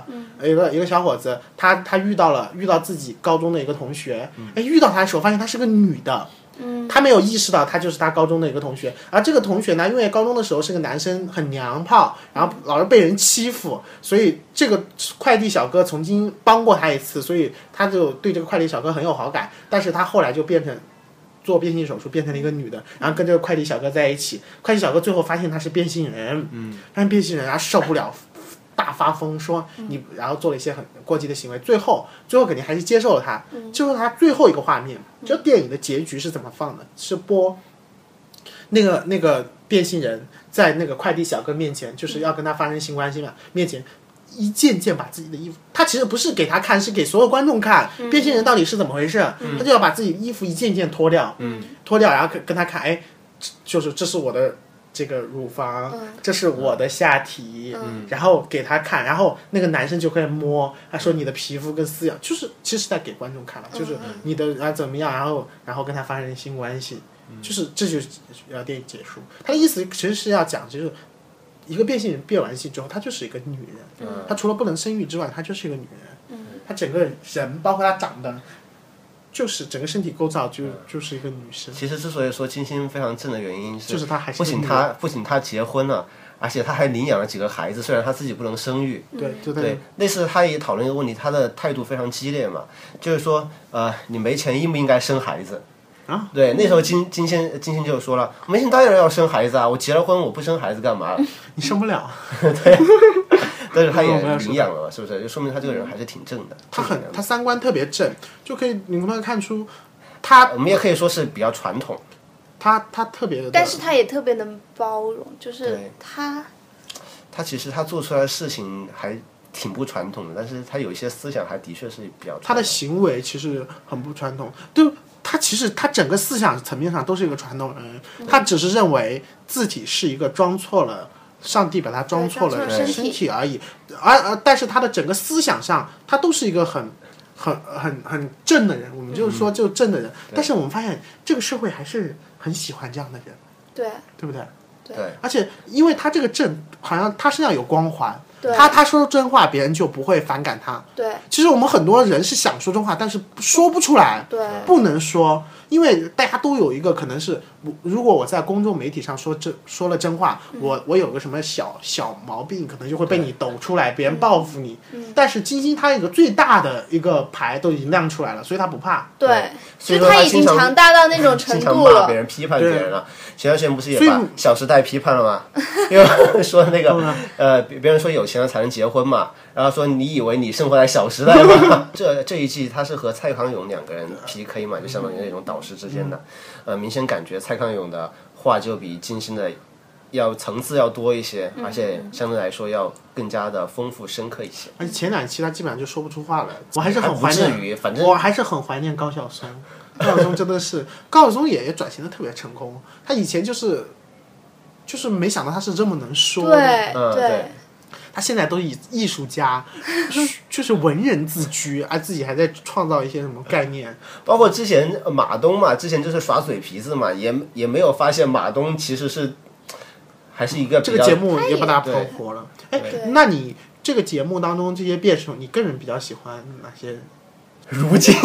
Speaker 1: 一个一个小伙子，他他遇到了遇到自己高中的一个同学，哎，遇到他的时候发现她是个女的，他没有意识到她就是他高中的一个同学，而这个同学呢，因为高中的时候是个男生，很娘炮，然后老是被人欺负，所以这个快递小哥曾经帮过他一次，所以他就对这个快递小哥很有好感，但是他后来就变成。做变性手术变成了一个女的，然后跟这个快递小哥在一起。快递小哥最后发现他是变性人，嗯，但是变性人他受不了，大发疯说你，然后做了一些很过激的行为。最后，最后肯定还是接受了他。接受他最后一个画面，这电影的结局是怎么放的？是播那个那个变性人在那个快递小哥面前，就是要跟他发生性关系嘛，面前。一件件把自己的衣服，他其实不是给他看，是给所有观众看。变性人到底是怎么回事？他就要把自己衣服一件件脱掉，脱掉，然后跟跟他看，哎，这就是这是我的这个乳房，这是我的下体，然后给他看，然后那个男生就会摸，他说你的皮肤跟饲养，就是其实在给观众看了，就是你的啊怎么样，然后然后跟他发生性关系，就是这就是呃电影结束。他的意思其实是要讲，就是一个变性人变完性之后，她就是一个女人，
Speaker 4: 嗯
Speaker 1: 她除了不能生育之外，她就是一个女人，她整个人包括她长得。就是整个身体构造就就是一个女生，
Speaker 4: 其实之所以说金星非常正的原因是，
Speaker 1: 就是她还是
Speaker 4: 不仅
Speaker 1: 个女
Speaker 4: 她不仅她结婚了，而且她还领养了几个孩子，虽然她自己不能生育。
Speaker 3: 嗯
Speaker 1: 对，就在
Speaker 4: 对，那次她也讨论一个问题，她的态度非常激烈嘛，就是说，呃，你没钱应不应该生孩子？
Speaker 1: 啊，
Speaker 4: 对，那时候金金星金星就说了，没钱当然要生孩子啊，我结了婚我不生孩子 干嘛？
Speaker 1: 你生不了，
Speaker 4: 但是她也
Speaker 1: 我们要说
Speaker 4: 领养了嘛，是不是？就说明她这个人还是挺正的。
Speaker 1: 她
Speaker 4: 挺正
Speaker 1: 很
Speaker 4: 的
Speaker 1: 她三观特别正，就可以你能不能看出她
Speaker 4: 我们也可以说是比较传统。
Speaker 1: 她她特别的，
Speaker 3: 但是他也特别能包容，就是
Speaker 4: 对
Speaker 3: 他
Speaker 4: 他其实他做出来的事情还挺不传统的，但是他有一些思想还的确是比较传统
Speaker 1: 她的行为其实很不传统，就她其实她整个思想层面上都是一个传统人，
Speaker 3: 嗯
Speaker 1: 她只是认为自己是一个装错了。上帝把她装错
Speaker 3: 对
Speaker 1: 了
Speaker 3: 装错了身体
Speaker 1: 身体而已，而而但是她的整个思想上，她都是一个很很很很正的人，我们
Speaker 3: 嗯
Speaker 1: 就是说就正的人。但是我们发现这个社会还是很喜欢这样的人，
Speaker 3: 对
Speaker 1: 对不对？
Speaker 4: 对
Speaker 1: 而且因为他这个正，好像他身上有光环，
Speaker 3: 对
Speaker 1: 他他说真话，别人就不会反感他。
Speaker 3: 对
Speaker 1: 其实我们很多人是想说真话，但是说不出来，
Speaker 3: 对
Speaker 4: 嗯
Speaker 1: 不能说，因为大家都有一个可能是，我如果我在公众媒体上说真说了真话，我我有个什么小小毛病，可能就会被你抖出来，别人报复你。但是金星他有个最大的一个牌都已经亮出来了，所以他不怕。
Speaker 3: 对，
Speaker 4: 所
Speaker 3: 就
Speaker 4: 以
Speaker 3: 是
Speaker 4: 说他
Speaker 3: 已经
Speaker 4: 经常
Speaker 3: 强大到那种程
Speaker 4: 经常
Speaker 3: 度
Speaker 4: 骂别
Speaker 3: 了。
Speaker 4: 人、批判别人了。前段时间不是也
Speaker 1: 所以
Speaker 4: 把《小时代》批判了吗？因为说那个呃，别别人说有钱了才能结婚嘛，然后说你以为你生活在《小时代》吗？这这一季他是和蔡康永两个人 PK 嘛，就相当于那种导师之间的，呃，明显感觉蔡康永的话就比金星的。要层次要多一些，而且相对来说要更加的丰富深刻一些。
Speaker 1: 而且前两期他基本上就说不出话来，我还是很
Speaker 4: 哎还不
Speaker 1: 怀
Speaker 4: 至
Speaker 1: 念，
Speaker 4: 于反正
Speaker 1: 我还是很怀念高晓松。高晓松真的是，高晓松也也转型的特别成功。他以前就是，就是没想到他是这么能说的。
Speaker 3: 对
Speaker 4: 嗯对
Speaker 1: 他现在都以艺术家，就是文人自居，而自己还在创造一些什么概念。
Speaker 4: 包括之前呃马东嘛，之前就是耍嘴皮子嘛，也也没有发现马东其实是还是一个
Speaker 1: 这
Speaker 4: 比
Speaker 1: 个
Speaker 4: 较
Speaker 1: 节目也把他
Speaker 4: 对
Speaker 1: 捧火了。哎
Speaker 3: 对，
Speaker 1: 那你这个节目当中这些辩手，你个人比较喜欢哪些人？
Speaker 4: 如今，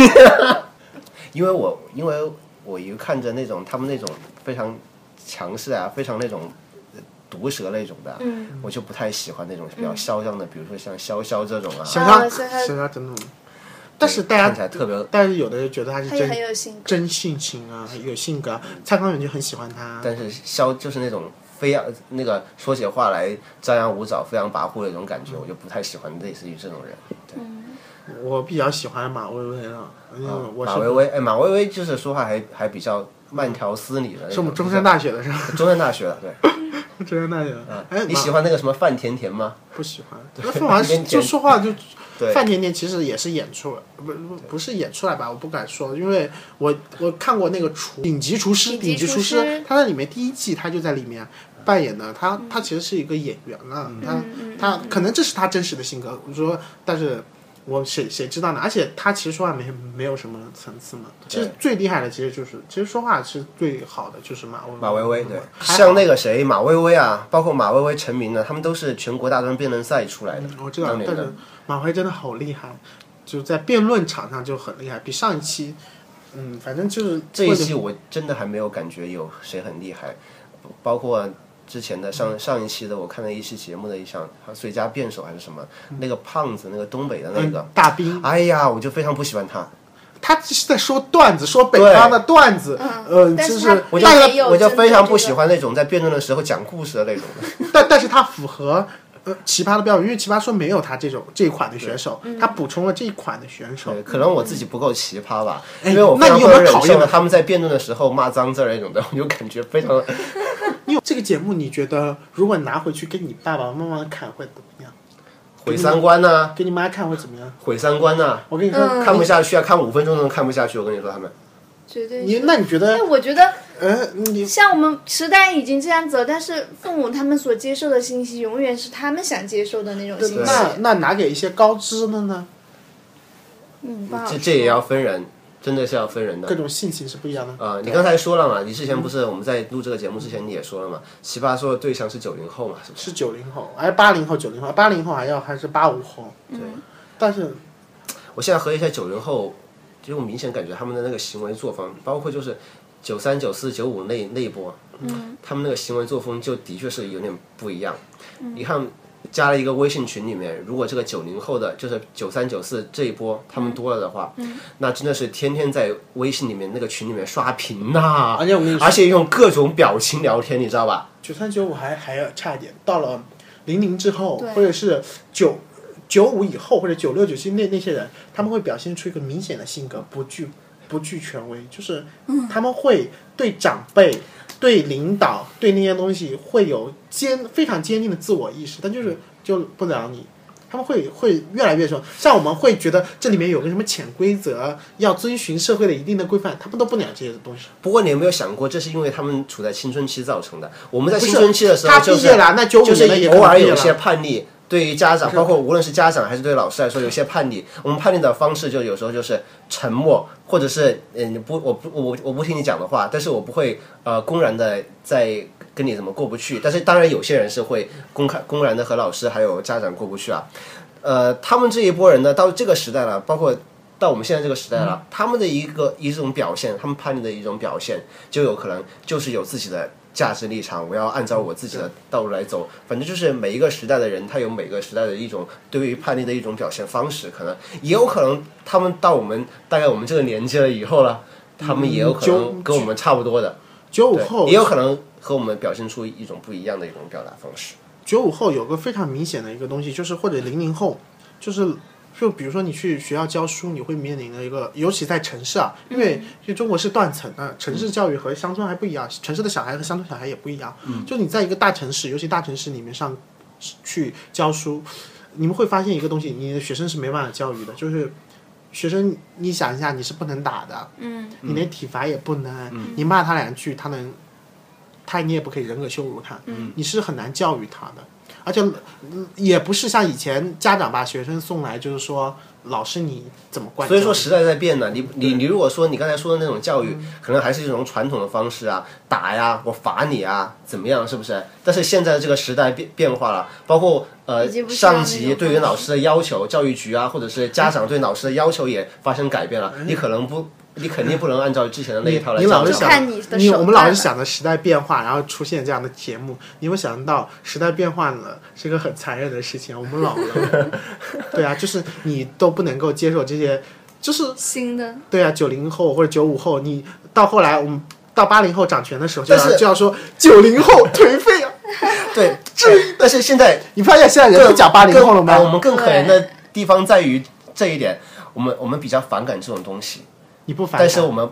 Speaker 4: 因为我因为我一看着那种他们那种非常强势啊，非常那种呃毒舌那种的，
Speaker 3: 嗯
Speaker 4: 我就不太喜欢那种比较嚣张的，比如说像潇潇这种啊，
Speaker 1: 想象
Speaker 3: 现在
Speaker 1: 想象真的，但是大家
Speaker 4: 看起来特别
Speaker 1: 但是有的人觉得他是
Speaker 3: 他也
Speaker 1: 真
Speaker 3: 很有性格，
Speaker 1: 真性情啊，有性格。蔡康永就很喜欢他，
Speaker 4: 但是肖就是那种飞扬那个说起话来张牙舞爪、飞扬跋扈的那种感觉，我就不太喜欢类似于这种人。对，
Speaker 1: 我比较喜欢马薇薇啊，因为我
Speaker 4: 马
Speaker 1: 是
Speaker 4: 薇薇，哎，马薇薇就是说话还还比较慢条斯理的那种。
Speaker 1: 是我们中山大学的是吧？
Speaker 4: 中山大学的，对。 啊
Speaker 1: 中山大学的，哎，
Speaker 4: 嗯你
Speaker 1: 马
Speaker 4: 喜欢那个什么范甜甜吗？
Speaker 1: 不喜欢？那凤 凰
Speaker 4: 甜甜
Speaker 1: 就说话就
Speaker 4: 对。
Speaker 1: 范甜甜其实也是演出来，不不不是演出来吧？我不敢说，因为我我看过那个厨顶级厨师，
Speaker 3: 顶级
Speaker 1: 顶级
Speaker 3: 厨
Speaker 1: 厨师
Speaker 3: 师，
Speaker 1: 他在里面第一季他就在里面扮演的，他
Speaker 4: 嗯
Speaker 1: 嗯他其实是一个演员啊，他他可能这是他真实的性格。我说，但是我谁谁知道呢？而且他其实说话没没有什么层次嘛。其实最厉害的其实就是，其实说话是最好的就是马薇
Speaker 4: 马薇薇对，
Speaker 1: 还
Speaker 4: 像那个谁马薇薇啊，包括马薇薇、陈明呢，他们都是全国大专辩论赛出来的。
Speaker 1: 我知道
Speaker 4: 当，年
Speaker 1: 哦但是马辉真的好厉害，就在辩论场上就很厉害，比上一期，嗯，反正就是
Speaker 4: 这一
Speaker 1: 或者
Speaker 4: 期我真的还没有感觉有谁很厉害，包括之前的
Speaker 1: 嗯
Speaker 4: 上上一期的，我看了一期节目的一项最佳辩手还是什么，那个胖子，那个东北的那个，
Speaker 1: 嗯大兵，
Speaker 4: 哎呀，我就非常不喜欢他，
Speaker 1: 他是在说段子，说北方的段子，呃，
Speaker 3: 嗯但
Speaker 1: 就是
Speaker 3: 他
Speaker 4: 我就
Speaker 3: 他也有
Speaker 4: 我就
Speaker 3: 针对
Speaker 4: 非常不
Speaker 3: 这
Speaker 4: 喜
Speaker 3: 个
Speaker 4: 欢那种在辩论的时候讲故事的那种的。
Speaker 1: 但但是他符合呃奇葩的标准，因为奇葩说没有他这种这一款的选手，
Speaker 3: 嗯
Speaker 1: 他补充了这一款的选手。
Speaker 4: 对，可能我自己不够奇葩吧，
Speaker 1: 哎
Speaker 4: 因为我
Speaker 1: 那
Speaker 4: 非常
Speaker 1: 你
Speaker 4: 不
Speaker 1: 有没有
Speaker 4: 能忍
Speaker 1: 考
Speaker 4: 受
Speaker 1: 验
Speaker 4: 了他们在辩论的时候骂脏字儿那种的，我就感觉非常
Speaker 1: 你有这个节目，你觉得如果拿回去跟你爸爸妈妈看会怎么样？
Speaker 4: 毁三观呐、
Speaker 1: 跟你妈看会怎么样？
Speaker 4: 毁三观呐、
Speaker 1: 我跟你说，
Speaker 3: 嗯
Speaker 4: 看不下去啊，看五分钟都看不下去。我跟你说，他们
Speaker 3: 绝对
Speaker 1: 你
Speaker 3: 是。
Speaker 1: 那你觉
Speaker 3: 但
Speaker 1: 得，
Speaker 3: 我觉得
Speaker 1: 呃，你
Speaker 3: 像我们时代已经这样子了，但是父母他们所接受的信息永远是他们想接受的那种信息。
Speaker 1: 那那拿给一些高知的呢？
Speaker 3: 嗯，不好
Speaker 4: 这
Speaker 3: 说
Speaker 4: 这也要分人，真的是要分人的
Speaker 1: 各。种性情是不一样的。
Speaker 4: 啊、你刚才说了嘛，你之前不是我们在录这个节目之前你也说了嘛，奇葩说的对象是九零后嘛，是不是？
Speaker 1: 是九零后，哎，八零后、九零后，八零后还要还是八五后，
Speaker 4: 对，
Speaker 1: 但是
Speaker 4: 我现在核对一下九零后，就我明显感觉他们的那个行为作风，包括就是九三、九四、九五那那一波，嗯，他们那个行为作风就的确是有点不一样。你看，加了一个微信群里面，如果这个九零后的，就是九三、九四这一波他们多了的话，那真的是天天在微信里面那个群里面刷屏呐、
Speaker 1: 而且我跟你说
Speaker 4: 而且用各种表情聊天，你知道吧？
Speaker 1: 九三九五还还要差一点，到了零零之后
Speaker 3: 对，
Speaker 1: 或者是九九五以后，或者九六九七那那些人，他们会表现出一个明显的性格不具不具权威，就是他们会对长辈、对领导、对那些东西会有坚非常坚定的自我意识，但就是救不了你。他们会会越来越说，像我们会觉得这里面有个什么潜规则，要遵循社会的一定的规范，他们都不了解这些东西。
Speaker 4: 不过你有没有想过，这是因为他们处在青春期造成的？我们在
Speaker 1: 不是
Speaker 4: 青春期的时候
Speaker 1: 他
Speaker 4: 就
Speaker 1: 毕
Speaker 4: 是
Speaker 1: 业了，那九五
Speaker 4: 就是
Speaker 1: 年的也
Speaker 4: 偶
Speaker 1: 可能
Speaker 4: 尔
Speaker 1: 毕业
Speaker 4: 有
Speaker 1: 了
Speaker 4: 些叛逆，对于家长，包括无论是家长还是对老师来说，有些叛逆。我们叛逆的方式就有时候就是沉默，或者是嗯不，我不我我不听你讲的话，但是我不会呃公然的在跟你怎么过不去。但是当然有些人是会公开公然的和老师还有家长过不去啊。呃，他们这一波人呢，到这个时代了，包括。到我们现在这个时代
Speaker 1: 嗯
Speaker 4: 了，他们的一个一种表现，他们叛逆的一种表现，就有可能就是有自己的价值立场，我要按照我自己的道路来走。反正就是每一个时代的人，他有每个时代的一种对于叛逆的一种表现方式，可能也有可能他们到我们大概我们这个年纪了以后了，他们也有可能
Speaker 1: 嗯就
Speaker 4: 跟我们差不多的，
Speaker 1: 九五
Speaker 4: 对
Speaker 1: 后
Speaker 4: 也有可能和我们表现出一种不一样的一种表达方式。
Speaker 1: 九五后有个非常明显的一个东西，就是或者零零后，就是就比如说你去学校教书，你会面临的一个，尤其在城市啊，因为就中国是断层的，城市教育和乡村还不一样，城市的小孩和乡村小孩也不一样。就你在一个大城市，尤其大城市里面上去教书，你们会发现一个东西，你的学生是没办法教育的，就是。学生，你想一下，你是不能打的，嗯，你连体罚也不能，
Speaker 4: 嗯
Speaker 1: 你骂他两句，他能，他你也不可以人格羞辱他，嗯，你是很难教育他的。而且嗯也不是像以前家长把学生送来，就是说老师你怎么管教
Speaker 4: 所
Speaker 1: 育？
Speaker 4: 以说时代在变呢，你你你如果说你刚才说的那种教育，可能还是一种传统的方式啊，打呀，我罚你啊，怎么样，是不是？但是现在这个时代变变化了，包括呃
Speaker 3: 已经不需要那
Speaker 4: 上
Speaker 3: 种
Speaker 4: 级对于老师的要求，教育局啊，或者是家长对老师的要求也发生改变了，你可能不，你肯定不能按照之前的那一套来
Speaker 1: 你老
Speaker 4: 教
Speaker 1: 是
Speaker 4: 育
Speaker 1: 想
Speaker 3: 看你的手
Speaker 1: 我们老
Speaker 3: 段
Speaker 1: 是想着时代变化，然后出现这样的节目，你有没有想到时代变化了是一个很残忍的事情？我们老了， 对啊，就是你都不能够接受这些，就是
Speaker 3: 新的
Speaker 1: 对啊，九零后或者九五后，你到后来我们到八零后掌权的时候，就
Speaker 4: 但是
Speaker 1: 要就要说九零后颓废啊！
Speaker 4: 对，但是现在
Speaker 1: 你发现现在人都讲八零后了
Speaker 4: 更呃我
Speaker 1: 吗？
Speaker 4: 们更可怜的地方在于这一点，我们我们比较反感这种东西，
Speaker 1: 你不反
Speaker 4: 但是
Speaker 1: 感
Speaker 4: 我们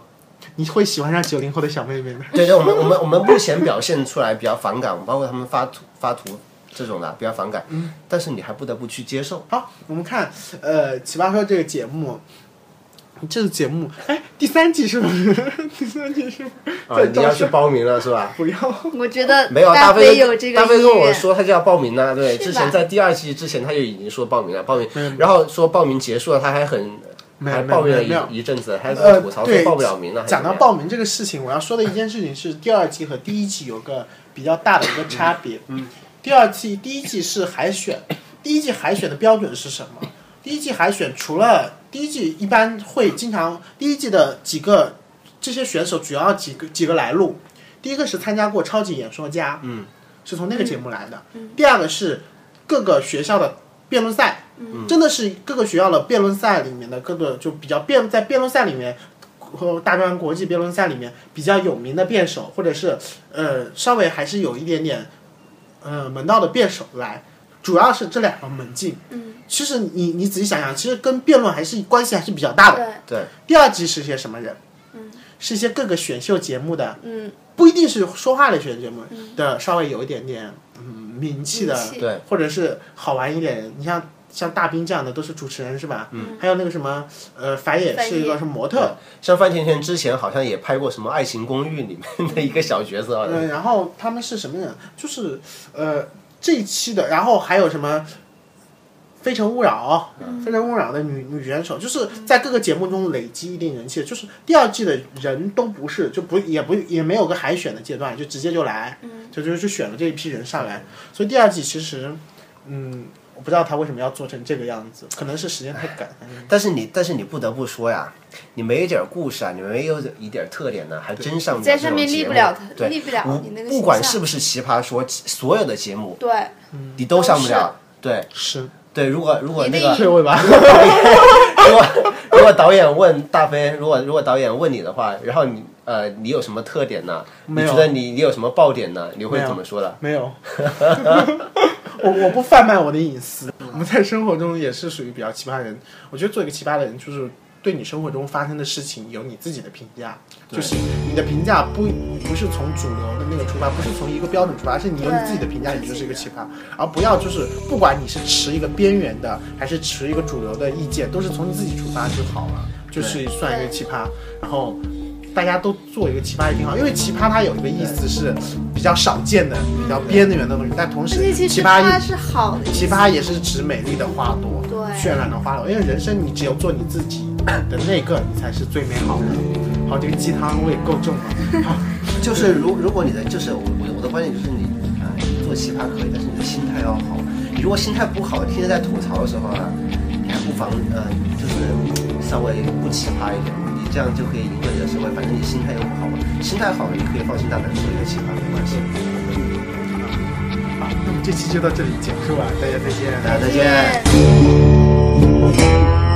Speaker 1: 你会喜欢上九零后的小妹妹的。
Speaker 4: 对对，我们我们我们目前表现出来比较反感，包括他们发图发图这种的比较反感，
Speaker 1: 嗯
Speaker 4: 但是你还不得不去接受。
Speaker 1: 好，我们看呃《奇葩说》这个节目，这是节目，哎，第三季是不是？ 第三季是不是
Speaker 4: 啊，你要去报名了是吧？
Speaker 1: 不要？
Speaker 3: 我觉得
Speaker 4: 没有，
Speaker 3: 大
Speaker 4: 飞
Speaker 3: 有这个
Speaker 4: 大飞
Speaker 3: 意
Speaker 4: 跟我
Speaker 3: 愿
Speaker 4: 说他就要报名呢。对，
Speaker 3: 是
Speaker 4: 之
Speaker 3: 吧
Speaker 4: 前在第二季之前他就已经说报名了，报名
Speaker 1: 嗯，
Speaker 4: 然后说报名结束了，他还很
Speaker 1: 没有
Speaker 4: 还
Speaker 1: 没有
Speaker 4: 抱怨
Speaker 1: 没有
Speaker 4: 了。一一阵子，还
Speaker 1: 呃
Speaker 4: 吐槽
Speaker 1: 对
Speaker 4: 说报不了名了。还是
Speaker 1: 讲到
Speaker 4: 怎么样，
Speaker 1: 报名这个事情，我要说的一件事情是，第二季和第一季有个比较大的一个差别。嗯，第二季、第一季是海选，第一季海选的标准是什么？第一季海选除了第一季一般会经常，第一季的几个这些选手主要几个几个来路，第一个是参加过超级演说家，
Speaker 4: 嗯，
Speaker 1: 是从那个节目来的。第二个是各个学校的辩论赛，
Speaker 3: 嗯
Speaker 1: 真的是各个学校的辩论赛里面的各个就比较辩在辩论赛里面和大专国际辩论赛里面比较有名的辩手，或者是呃稍微还是有一点点呃门道的辩手来，主要是这两个门径。
Speaker 3: 嗯，
Speaker 1: 其实你你仔细想想，其实跟辩论还是关系还是比较大的。
Speaker 3: 对，
Speaker 4: 对，
Speaker 1: 第二季是些什么人？
Speaker 3: 嗯，
Speaker 1: 是一些各个选秀节目的
Speaker 3: 嗯，
Speaker 1: 不一定是说话类选节目的，稍微有一点点嗯名气的
Speaker 3: 名，气
Speaker 4: 对，
Speaker 1: 或者是好玩一点。你像像大兵这样的都是主持人是吧？嗯，还有那个什么呃，反野
Speaker 3: 反野
Speaker 1: 是一个是模特，
Speaker 4: 像范甜甜之前好像也拍过什么《爱情公寓》里面的一个小角色啊，
Speaker 1: 嗯，然后他们是什么人？就是呃这一期的，然后还有什么？《非诚勿扰》，《非诚勿扰》的女女选手，就是在各个节目中累积一定人气，就是第二季的人都不是，就不也不也没有个海选的阶段，就直接就来，就就就选了这一批人上来，所以第二季其实，嗯，我不知道他为什么要做成这个样子，可能是时间太赶。
Speaker 4: 但是你，但是你不得不说呀，你没一点故事啊，你没有一点特点呢、还真上不了
Speaker 3: 在
Speaker 4: 这
Speaker 3: 上
Speaker 4: 种
Speaker 3: 面
Speaker 4: 节
Speaker 3: 立不
Speaker 4: 目
Speaker 3: 了它，
Speaker 4: 对，
Speaker 3: 立不了
Speaker 4: 无
Speaker 3: 你那个
Speaker 4: 不
Speaker 3: 形
Speaker 4: 管
Speaker 3: 象
Speaker 4: 是不是奇葩说，其所有的节目
Speaker 3: 对，
Speaker 4: 你都上不
Speaker 3: 都
Speaker 4: 了。对
Speaker 1: 是
Speaker 4: 对，如果如果
Speaker 3: 一
Speaker 4: 那
Speaker 3: 定
Speaker 4: 个
Speaker 1: 退位吧，
Speaker 4: 如果如果导演问大飞，如果如果导演问你的话，然后你呃你有什么特点呢？
Speaker 1: 没
Speaker 4: 你
Speaker 1: 有
Speaker 4: 觉得你你有什么爆点呢？你会
Speaker 1: 没有
Speaker 4: 怎么说的？
Speaker 1: 没有， 我我不贩卖我的隐私。我们在生活中也是属于比较奇葩的人。我觉得做一个奇葩的人，就是对你生活中发生的事情有你自己的评价，
Speaker 4: 对
Speaker 1: 就是你的评价不不是从主流的那个出发，不是从一个标准出发，是你有你自己的评价，
Speaker 3: 对
Speaker 1: 你就是一个奇葩。而不要就是不管你是持一个边缘的，还是持一个主流的意见，都是从你自己出发就好了，就是算一个奇葩。然后大家都做一个奇葩也挺好，因为奇葩它有一个意思是比较少见的、比较边缘的东西，但同
Speaker 3: 而
Speaker 1: 时
Speaker 3: 且其
Speaker 1: 奇
Speaker 3: 实
Speaker 1: 葩
Speaker 3: 它
Speaker 1: 也
Speaker 3: 是好的，
Speaker 1: 奇葩也是指美丽的花朵，
Speaker 3: 对
Speaker 1: 渲染的花朵。因为人生你只有做你自己的那个，你才是最美好的。好，这个鸡汤味够重了。好，
Speaker 4: 就是如如果你的就是我我我的观点就是你啊、做奇葩可以，但是你的心态要好。你如果心态不好，天天在吐槽的时候啊，你还不妨呃就是稍微不奇葩一点，你这样就可以赢得你的社会。反正你心态又不好嘛，心态好了你可以放心大胆做一个奇葩，没关系。
Speaker 1: 好，那么这期就到这里结束了，大家再见。
Speaker 4: 大家再
Speaker 3: 再
Speaker 4: 见。
Speaker 3: 见。